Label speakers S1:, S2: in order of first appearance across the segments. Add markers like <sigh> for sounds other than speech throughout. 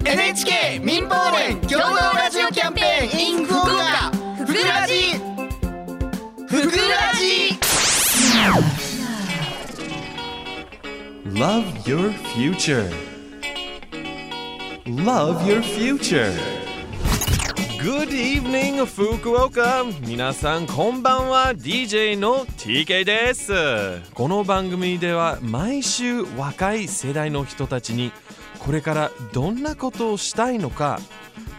S1: NHK 民放連共同ラジオキャンペーン in 福岡ふくラジふくラジ
S2: Love your future. Love your future. Good evening, Fukuoka! 皆さんこんばんは DJ の TK ですこの番組では毎週若い世代の人たちにこれからどんなことをしたいのか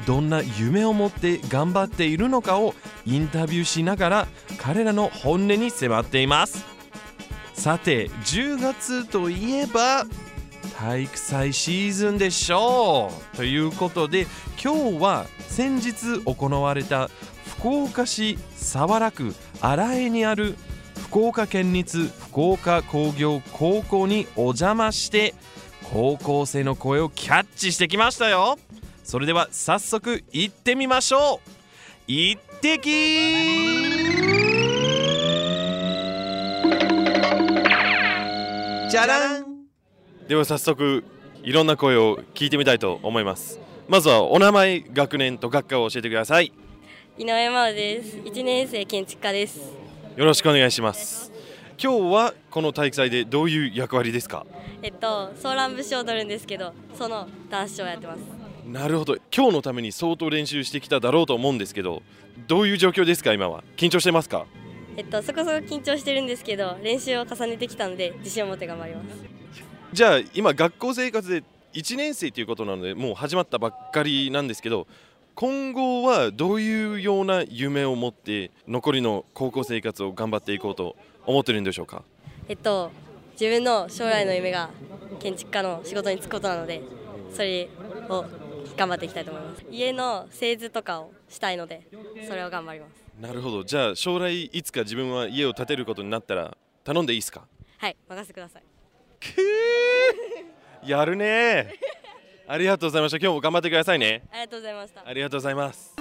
S2: どんな夢を持って頑張っているのかをインタビューしながら彼らの本音に迫っていますさて10月といえば体育祭シーズンでしょうということで今日は先日行われた福岡市早良区荒江にある福岡県立福岡工業高校にお邪魔して高校生の声をキャッチしてきましたよそれでは早速行ってみましょう行ってき
S1: じゃらん
S2: では早速いろんな声を聞いてみたいと思いますまずはお名前学年と学科を教えてください
S3: 井上真央です。一年生建築家です。
S2: よろしくお願いします今日はこの体育祭でどういう役割ですか
S3: えっと、ソーラン節を踊るんですけど、そのダンスショーをやってます。
S2: なるほど今日のために相当練習してきただろうと思うんですけどどういう状況ですか今は緊張してますか
S3: えっと、そこそこ緊張してるんですけど、練習を重ねてきたので、自信を持って頑張ります。
S2: じゃあ今学校生活で1年生ということなのでもう始まったばっかりなんですけど今後はどういうような夢を持って残りの高校生活を頑張っていこうと思ってるんでしょうか
S3: えっと、自分の将来の夢が建築家の仕事に就くことなので、それを頑張っていきたいと思います。家の製図とかをしたいので、それを頑張ります。
S2: なるほどじゃあ将来いつか自分は家を建てることになったら頼んでいいですか
S3: はい、任せてください。
S2: <laughs> やるねありがとうございました今日も頑張ってくださいね
S3: ありがとうございました。
S2: ありがとうございます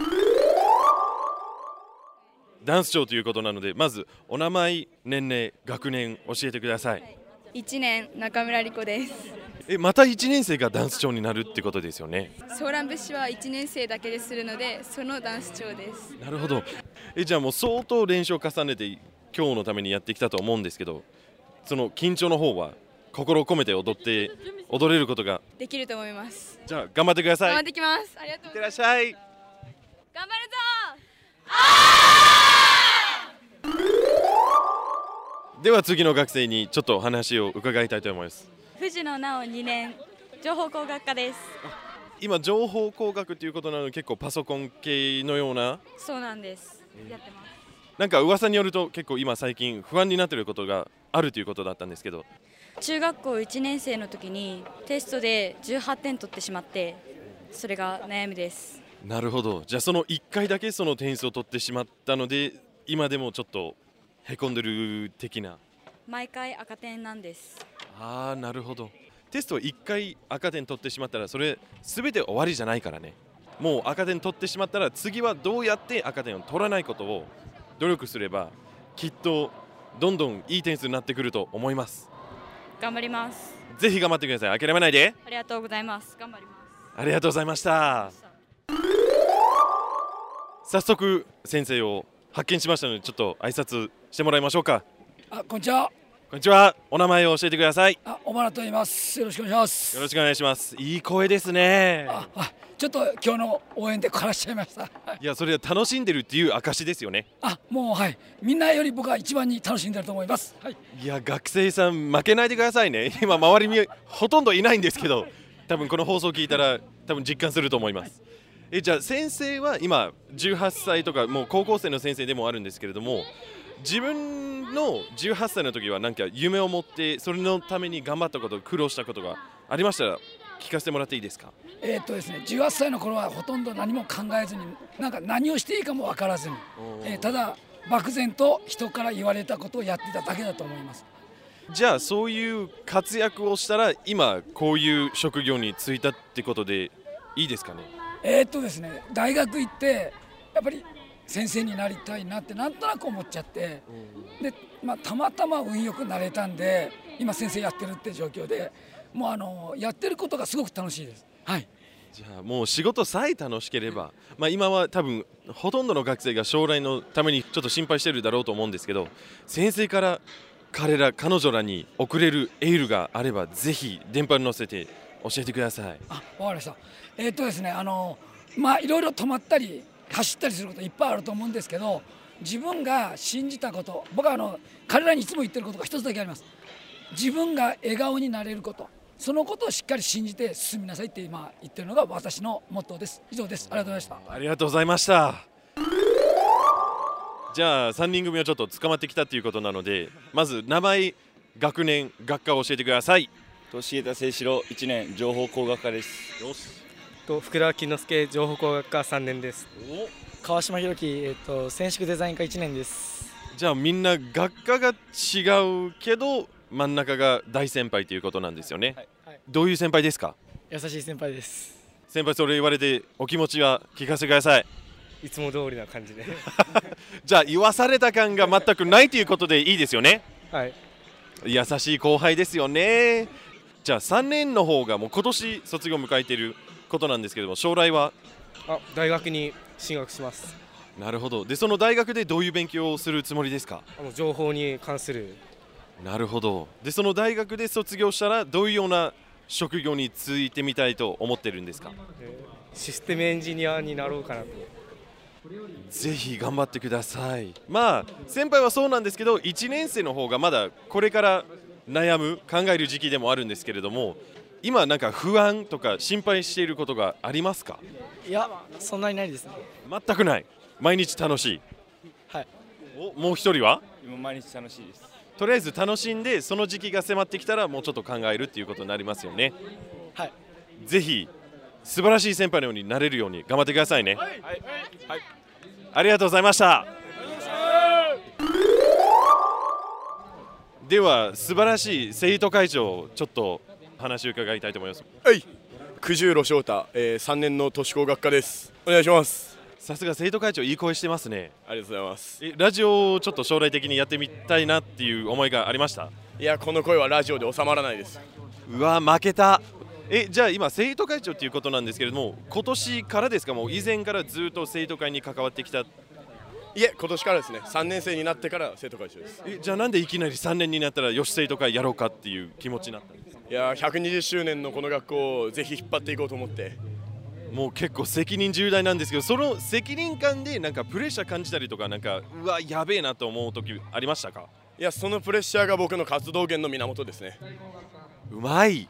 S2: ダンスショーということなのでまずお名前年齢学年教えてください、
S4: 一年中村理子です
S2: えまた1年生がダンスショーになるってことですよね
S4: ソーラン節は一年生だけでするのでそのダンス長です
S2: なるほどえじゃあもう相当練習を重ねて今日のためにやってきたと思うんですけどその緊張の方は心を込めて踊って踊れることが
S4: できると思います、
S2: じゃあ頑張ってください
S4: 頑張っ
S2: いって
S4: きますありがとうご
S2: て
S4: ざい
S2: ら
S4: ま
S2: っしゃい
S4: す頑張るぞ
S2: では次の学生にちょっとお話を伺いたいと思います
S4: 藤野奈緒二年
S3: 情報工学科です。
S2: 今情報工学ということなので結構パソコン系のような
S4: そうなんですやってます
S2: なんか噂によると結構今最近不安になっていることがあるということだったんですけど
S4: 中学校一年生の時にテストで18点取ってしまってそれが悩みです
S2: なるほどじゃあその1回だけその点数を取ってしまったので今でもちょっとへこんでる的な
S4: 毎回赤点なんです
S2: あーなるほどテストを1回赤点取ってしまったらそれ全て終わりじゃないからねもう赤点取ってしまったら次はどうやって赤点を取らないことを努力すればきっとどんどんいい点数になってくると思います
S4: 頑張ります
S2: ぜひ頑張ってください諦めないで
S4: ありがとうございます頑張ります
S2: ありがとうございました早速先生を発見しましたのでちょっと挨拶してもらいましょうか
S5: あこんにちは
S2: こんにちはお名前を教えてください
S5: あおばらと言いますよろしくお願いします
S2: よろしくお願いしますいい声ですね
S5: ああちょっと今日の応援で枯らしちゃいましたはい
S2: いやそれは楽しんでるっていう証ですよね
S5: あもうはいみんなより僕は一番に楽しんでると思いますはい
S2: いや学生さん負けないでくださいね <laughs> 今周りにほとんどいないんですけど多分この放送聞いたら多分実感すると思いますえじゃあ先生は今18歳とかもう高校生の先生でもあるんですけれども自分の18歳の時はなんか夢を持ってそれのために頑張ったこと苦労したことがありましたら聞かせてもらっていいですか
S5: えーっとですね18歳の頃はほとんど何も考えずになんか何をしていいかも分からずに、えーただ漠然と人から言われたことをやってただけだと思います
S2: じゃあそういう活躍をしたら今こういう職業に就いたってことでいいですかね
S5: えーっとですね大学行ってやっぱり先生になりたいなってなんとなく思っちゃってで、まあ、たまたま運よくなれたんで今先生やってるって状況でもうあのやってることがすごく楽しいですはい
S2: じゃあもう仕事さえ楽しければ、まあ、今は多分ほとんどの学生が将来のためにちょっと心配してるだろうと思うんですけど先生から彼ら彼女らに送れるエールがあればぜひ電波に乗せて教えてください
S5: あ、わかりました。えーっとですね、あの、まあ、いろいろ止まったり、走ったりすることいっぱいあると思うんですけど。自分が信じたこと、僕はあの、彼らにいつも言ってることが一つだけあります。自分が笑顔になれること、そのことをしっかり信じて進みなさいって今言ってるのが私のモットーです。以上です。ありがとうございました。
S2: ありがとうございましたじゃあ3人組はちょっと捕まってきたということなのでまず名前学年学科を教えてください
S6: 年枝誠志郎1年情報工学科です
S2: よし
S7: と福田金之助情報工学科3年です
S8: 川島弘樹、えっと、染色デザイン科1年です
S2: じゃあみんな学科が違うけど真ん中が大先輩ということなんですよ
S8: い
S2: ね、
S8: はい
S2: どういう先輩ですか
S8: 優しい先輩です
S2: 先輩それ言われてお気持ちは聞かせてください
S7: いつも通りな感じで <laughs>
S2: じゃあ言わされた感が全くないということでいいですよね
S7: はい
S2: 優しい後輩ですよねじゃあ3年の方がもう今年卒業を迎えていることなんですけども将来は
S7: あ大学に進学します
S2: なるほどでその大学でどういう勉強をするつもりですか
S7: あの情報に関する
S2: なるほどでその大学で卒業したらどういうような職業についてみたいと思ってるんですか
S7: システムエンジニアになろうかなと
S2: ぜひ頑張ってくださいまあ先輩はそうなんですけど1年生の方がまだこれから悩む考える時期でもあるんですけれども今なんか不安とか心配していることがありますか
S8: いやそんなにないですね
S2: 全くない毎日楽しい
S8: はい
S2: おもう一人は
S6: 今毎日楽しいです
S2: とりあえず楽しんでその時期が迫ってきたらもうちょっと考えるっていうことになりますよね
S8: はい
S2: ぜひ素晴らしい先輩のようになれるように頑張ってくださいね。ありがとうございました。では素晴らしい生徒会長をちょっと話を伺いたいと思います。
S9: はい九十路翔太、えー、3年の都市工学科ですお願いします
S2: さすが生徒会長いい声してますね。
S9: ありがとうございます
S2: えラジオをちょっと将来的にやってみたいなっていう思いがありました。
S9: いやこの声はラジオで収まらないです
S2: うわ負けた。えじゃあ今生徒会長っていうことなんですけれども今年からですかもう以前からずっと生徒会に関わってきた
S9: いえ今年からですね3年生になってから生徒会長です
S2: えじゃあなんでいきなり3年になったらよし生徒会やろうかっていう気持ちになったんですか
S9: いやー120周年のこの学校をぜひ引っ張っていこうと思って
S2: もう結構責任重大なんですけどその責任感でなんかプレッシャー感じたりとかなんかうわやべえなと思う時ありましたか
S9: いやそのプレッシャーが僕の活動源の源ですね
S2: うまい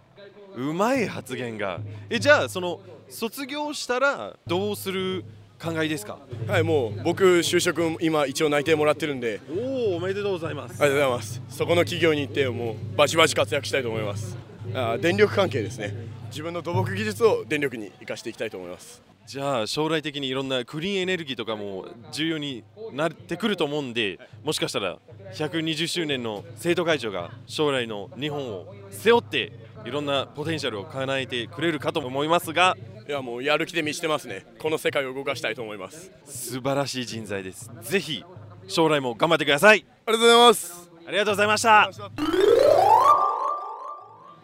S2: うまい発言がえじゃあその卒業したらどうする考えですか
S9: はいもう僕就職今一応内定もらってるんで
S2: おおおめでとうございます
S9: ありがとうございますそこの企業に行ってもうバチバチ活躍したいと思いますあー電力関係ですね自分の土木技術を電力に生かしていきたいと思います
S2: じゃあ将来的にいろんなクリーンエネルギーとかも重要になってくると思うんでもしかしたら120周年の生徒会長が将来の日本を背負っていろんなポテンシャルを叶えてくれるかと思いますが
S9: いやもうやる気で満ちてますねこの世界を動かしたいと思います
S2: 素晴らしい人材ですぜひ将来も頑張ってください
S9: ありがとうございます
S2: ありがとうございました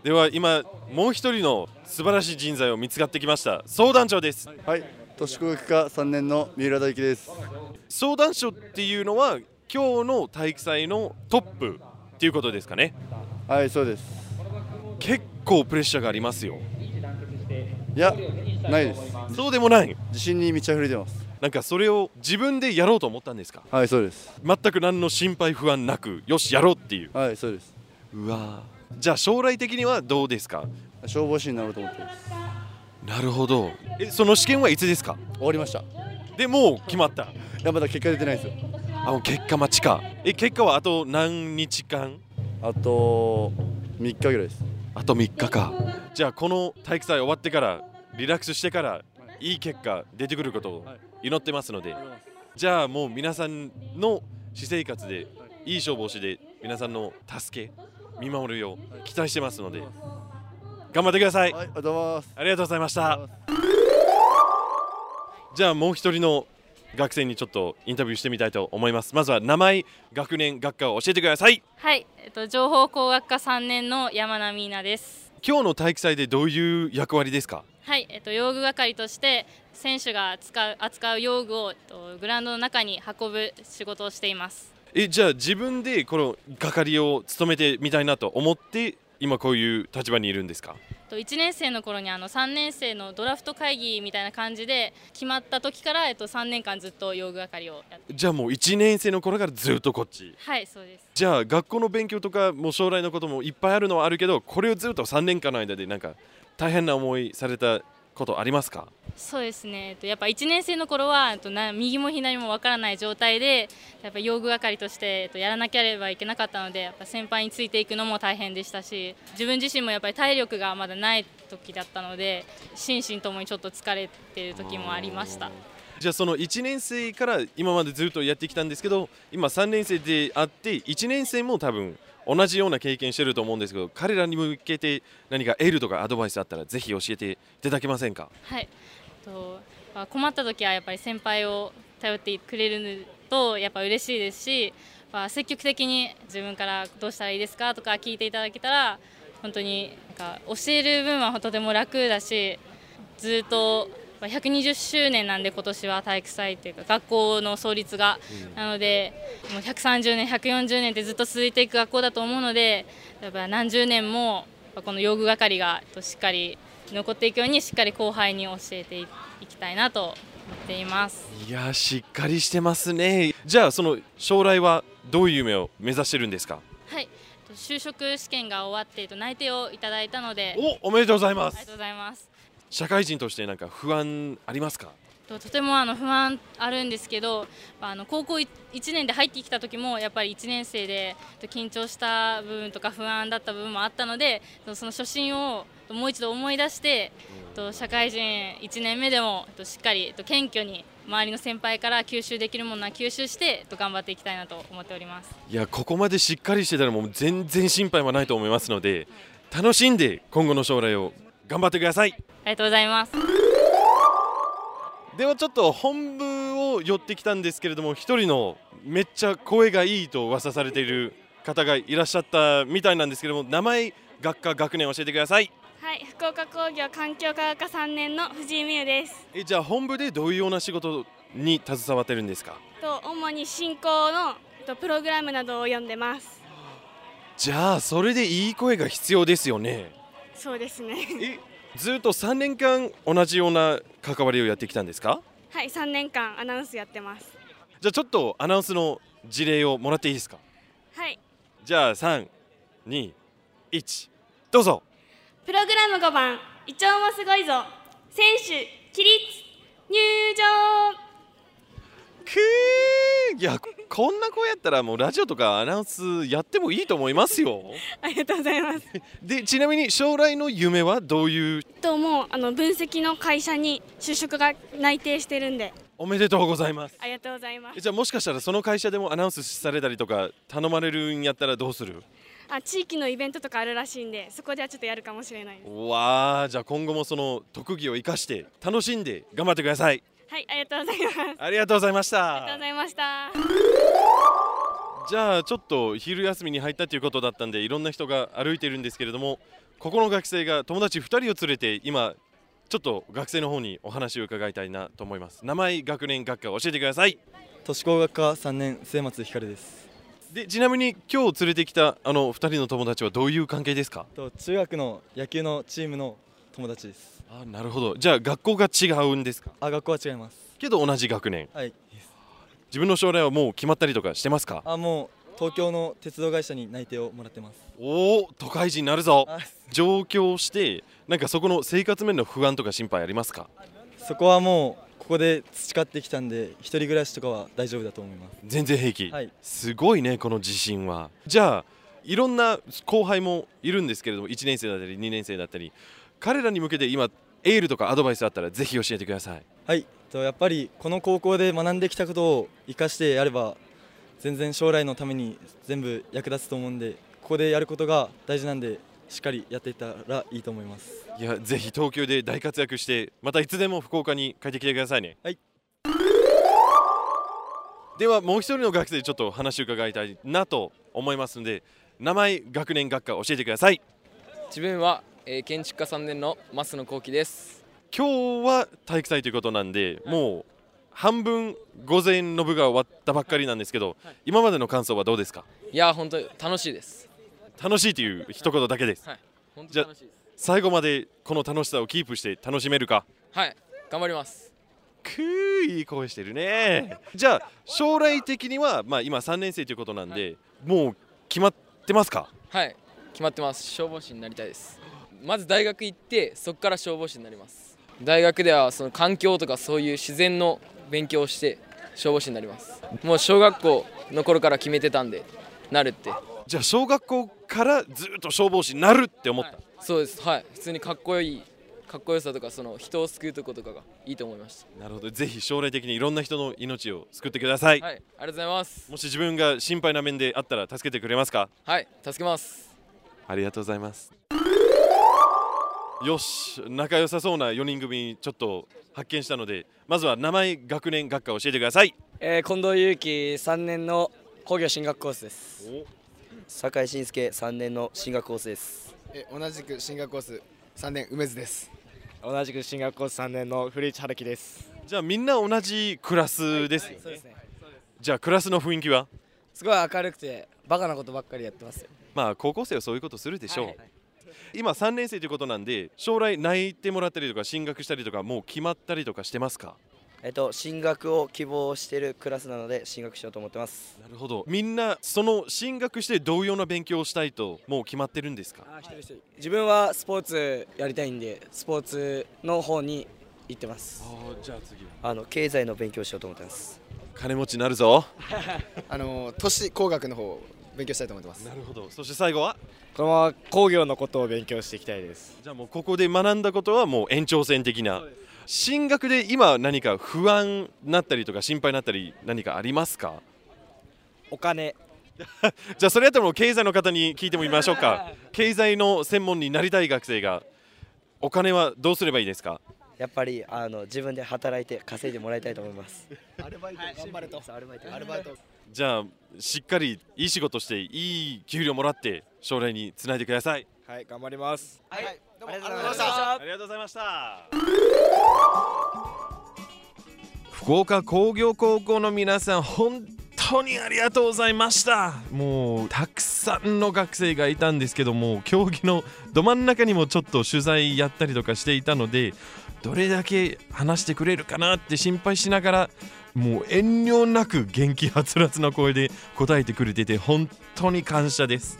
S2: では今もう一人の素晴らしい人材を見つかってきました相談長です
S10: はい、都市工学科3年の三浦大樹です。
S2: 相談所っていうのは今日の体育祭のトップっていうことですかね
S10: はい、そうです。
S2: 結構プレッシャーがありますよ
S10: いや、ないです。
S2: そうでもない
S10: 自信に満ち溢れてます。
S2: なんかそれを自分でやろうと思ったんですか
S10: はい、そうです。
S2: 全く何の心配不安なくよしやろうっていう
S10: はい、そうです。
S2: うわーじゃあ将来的にはどうですか
S10: 消防士になろうと思ってます。
S2: なるほどえその試験はいつですか
S10: 終わりました。い
S2: でもう決まった
S10: や、まだ結果出てないですよ。
S2: あもう結果待ちかえ結果はあと何日間
S10: あと3日ぐらいです。
S2: あと3日かじゃあこの体育祭終わってからリラックスしてからいい結果出てくることを祈ってますのでじゃあもう皆さんの私生活でいい勝負をしで皆さんの助け見守るよう期待してますので頑張ってください
S10: はい、ありがとうございます。
S2: ありがとうございましたじゃあもう一人の学生にちょっとインタビューしてみたいと思いますまずは名前学年学科を教えてください
S4: はい、えっと、情報工学科3年の山名美奈です。
S2: 今日の体育祭でどういう役割ですか
S4: はい、えっと、用具係として選手が扱う扱う用具を、えっと、グラウンドの中に運ぶ仕事をしています
S2: えじゃあ自分でこの係を務めてみたいなと思って今こういう立場にいるんですか
S4: えっと1年生の頃にあの3年生のドラフト会議みたいな感じで決まった時から、えっと、3年間ずっと用具係をやって
S2: じゃあもう1年生の頃からずっとこっち
S4: はいそうです
S2: じゃあ学校の勉強とかもう将来のこともいっぱいあるのはあるけどこれをずっと3年間の間でなんか大変な思いされたことありますか
S4: そうですね、えっと、やっぱ1年生の頃はえっとな右も左もわからない状態でやっぱ用具係として、えっと、やらなければいけなかったのでやっぱ先輩についていくのも大変でしたし自分自身もやっぱり体力がまだない時だったので心身ともにちょっと疲れてる時もありました。
S2: じゃあその1年生から今までずっとやってきたんですけど今3年生であって1年生も多分同じような経験してると思うんですけど彼らに向けて何かエールとかアドバイスあったらぜひ教えていただけませんか
S4: はい、とまあ困った時はやっぱり先輩を頼ってくれるとやっぱ嬉しいですし、まあ、積極的に自分からどうしたらいいですかとか聞いていただけたら本当になんか教える分はとても楽だしずっとまあ120周年なんで今年は体育祭というか学校の創立が、なのでもう130年140年ってずっと続いていく学校だと思うのでやっぱ何十年もまあこの用具係がえっとしっかり残っていくようにしっかり後輩に教えていきたいなと思っています
S2: いやーしっかりしてますねじゃあその将来はどういう夢を目指してるんですか
S4: はいえっと就職試験が終わってえっと内定をいただいたので
S2: おおめでとうございます
S4: ありがとうございます
S2: 社会人としてなんか不安ありますか
S4: ととてもあの不安あるんですけどあの高校1年で入ってきた時もやっぱり1年生でと緊張した部分とか不安だった部分もあったのでとその初心をともう一度思い出してと社会人1年目でもとしっかりと謙虚に周りの先輩から吸収できるものは吸収してと頑張っていきたいなと思っております。
S2: いやここまでしっかりしてたらもう全然心配はないと思いますので楽しんで今後の将来を頑張ってください
S4: ありがとうございます。
S2: ではちょっと本部を寄ってきたんですけれども一人のめっちゃ声がいいと噂されている方がいらっしゃったみたいなんですけれども名前学科学年教えてください
S11: はい、福岡工業環境科学科3年の藤井美優です。
S2: えじゃあ本部でどういうような仕事に携わってるんですか
S11: と主に進行のとプログラムなどを読んでます。
S2: じゃあそれでいい声が必要ですよね
S11: そうですね。
S2: ずっと3年間同じような関わりをやってきたんですか
S11: はい、3年間アナウンスやってます。
S2: じゃあちょっとアナウンスの事例をもらっていいですか
S11: はい、
S2: じゃあ3、2、1どうぞ
S11: プログラム5番、イチョウもすごいぞ。選手起立入場。
S2: くーいやこんな声やったらもうラジオとかアナウンスやってもいいと思いますよ
S11: <laughs> ありがとうございます。
S2: でちなみに将来の夢はどういう
S11: ともうあの分析の会社に就職が内定してるんで。
S2: おめでとうございます
S11: ありがとうございま
S2: え
S11: す。
S2: じゃあもしかしたらその会社でもアナウンスされたりとか頼まれるんやったらどうする
S11: あ、地域のイベントとかあるらしいんで、そこではちょっとやるかもしれないです。
S2: うわあじゃあ今後もその特技を生かして楽しんで頑張ってください
S11: はい、ありがとうございます。あり
S2: ありがとうございまし
S11: がとう
S2: た
S11: ございました。
S2: じゃあちょっと昼休みに入ったということだったんでいろんな人が歩いてるんですけれどもここの学生が友達2人を連れて今ちょっと学生の方にお話を伺いたいなと思います名前学年学科教えてください
S12: 都市工学科3年末松光です
S2: でちなみに今日連れてきたあの2人の友達はどういう関係ですか
S12: と中学の野球のチームの友達です
S2: あなるほどじゃあ学校が違うんですか
S12: あ学校は違います
S2: けど同じ学年
S12: はい
S2: 自分の将来はもう決まったりとかしてますか
S12: あもう東京の鉄道会社に内定をもらってます
S2: おお都会人になるぞ上京してなんかそこの生活面の不安とか心配ありますか
S12: そこはもうここで培ってきたんで一人暮らしとかは大丈夫だと思います
S2: 全然平気、
S12: はい
S2: すごいねこの自信はじゃあいろんな後輩もいるんですけれども1年生だったり2年生だったり彼らに向けて今エールとかアドバイスあったらぜひ教えてください
S12: はいとやっぱりこの高校で学んできたことを生かしてやれば全然将来のために全部役立つと思うんでここでやることが大事なんでしっかりやっていったらいいと思います
S2: いやぜひ東京で大活躍してまたいつでも福岡に帰ってきてくださいね
S12: はい
S2: ではもう一人の学生にちょっと話を伺いたいなと思いますので名前学年学科教えてください
S13: 自分は、えー建築家3年の増野幸輝です
S2: 今日は体育祭ということなんで、もう半分午前の部が終わったばっかりなんですけど、今までの感想はどうですか
S5: いや本当に楽しいです
S2: 楽しいという一言だけです、
S5: はい本当
S2: じゃ
S5: に
S2: あ
S5: 楽しいです
S2: 最後までこの楽しさをキープして楽しめるか
S5: はい頑張ります
S2: くーいい声してるねじゃあ将来的には、まあ、今3年生ということなんで、もう決まってますか
S5: はい決まってます消防士になりたいですまず大学行ってそこから消防士になります大学ではその環境とかそういう自然の勉強をして消防士になりますもう小学校の頃から決めてたんでなるって
S2: じゃあ小学校からずっと消防士になるって思った、
S5: そうですはい普通にかっこいいかっこよさとかその人を救うとことかがいいと思いました
S2: なるほどぜひ将来的にいろんな人の命を救ってください、
S5: はい、ありがとうございます
S2: もし自分が心配な面であったら助けてくれますか
S5: はい助けます
S2: ありがとうございますよし仲良さそうな4人組ちょっと発見したのでまずは名前学年学科教えてください
S12: えー近藤祐樹3年の工業進学コースです酒井慎介3年の進学コースです
S1: え同じく進学コース3年梅津です
S14: 同じく進学コース3年の古市春樹です
S2: じゃあみんな同じクラスですよね、
S1: そうですね
S2: じゃあクラスの雰囲気は
S1: すごい明るくてバカなことばっかりやってますよ
S2: まあ高校生はそういうことするでしょう、今3年生ということなんで将来泣いてもらったりとか進学したりとかもう決まったりとかしてますか
S12: えっ、と進学を希望してるクラスなので進学しようと思ってます
S2: なるほどみんなその進学して同様な勉強をしたいともう決まってるんですか
S1: 自分はスポーツやりたいんでスポーツの方に行ってます
S2: じゃあ次
S12: あの経済の勉強しようと思ってます
S2: 金持ちになるぞ
S1: あの都市工学の方を勉強したいと思ってます
S2: なるほどそして最後は
S14: このまま工業のことを勉強していきたいです
S2: じゃあもうここで学んだことはもう延長線的な進学で今何か不安になったりとか心配になったり何かありますか
S12: お金
S2: じゃあそれやったらもう経済の方に聞いてみましょうか経済の専門になりたい学生がお金はどうすればいいですか
S12: やっぱりあの自分で働いて稼いでもらいたいと思います
S1: アルバイト、頑張れとアルバイトアルバイト
S2: じゃあしっかりいい仕事していい給料もらって将来につないでください
S14: はい頑張ります
S1: はい、どうもありがとうございました
S2: ありがとうございました
S15: 福岡工業高校の皆さん本当にありがとうございましたもうたくさんの学生がいたんですけども競技のど真ん中にもちょっと取材やったりとかしていたのでどれだけ話してくれるかなって心配しながらもう遠慮なく元気はつらつな声で答えてくれてて本当に感謝です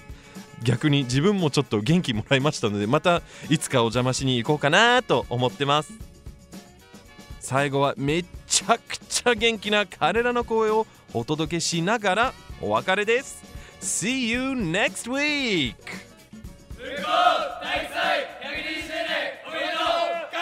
S15: 逆に自分もちょっと元気もらいましたのでまたいつかお邪魔しに行こうかなと思ってます最後はめちゃくちゃ元気な彼らの声をお届けしながらお別れです See you next
S16: 体
S15: week!
S16: 育祭120周年おめでとう乾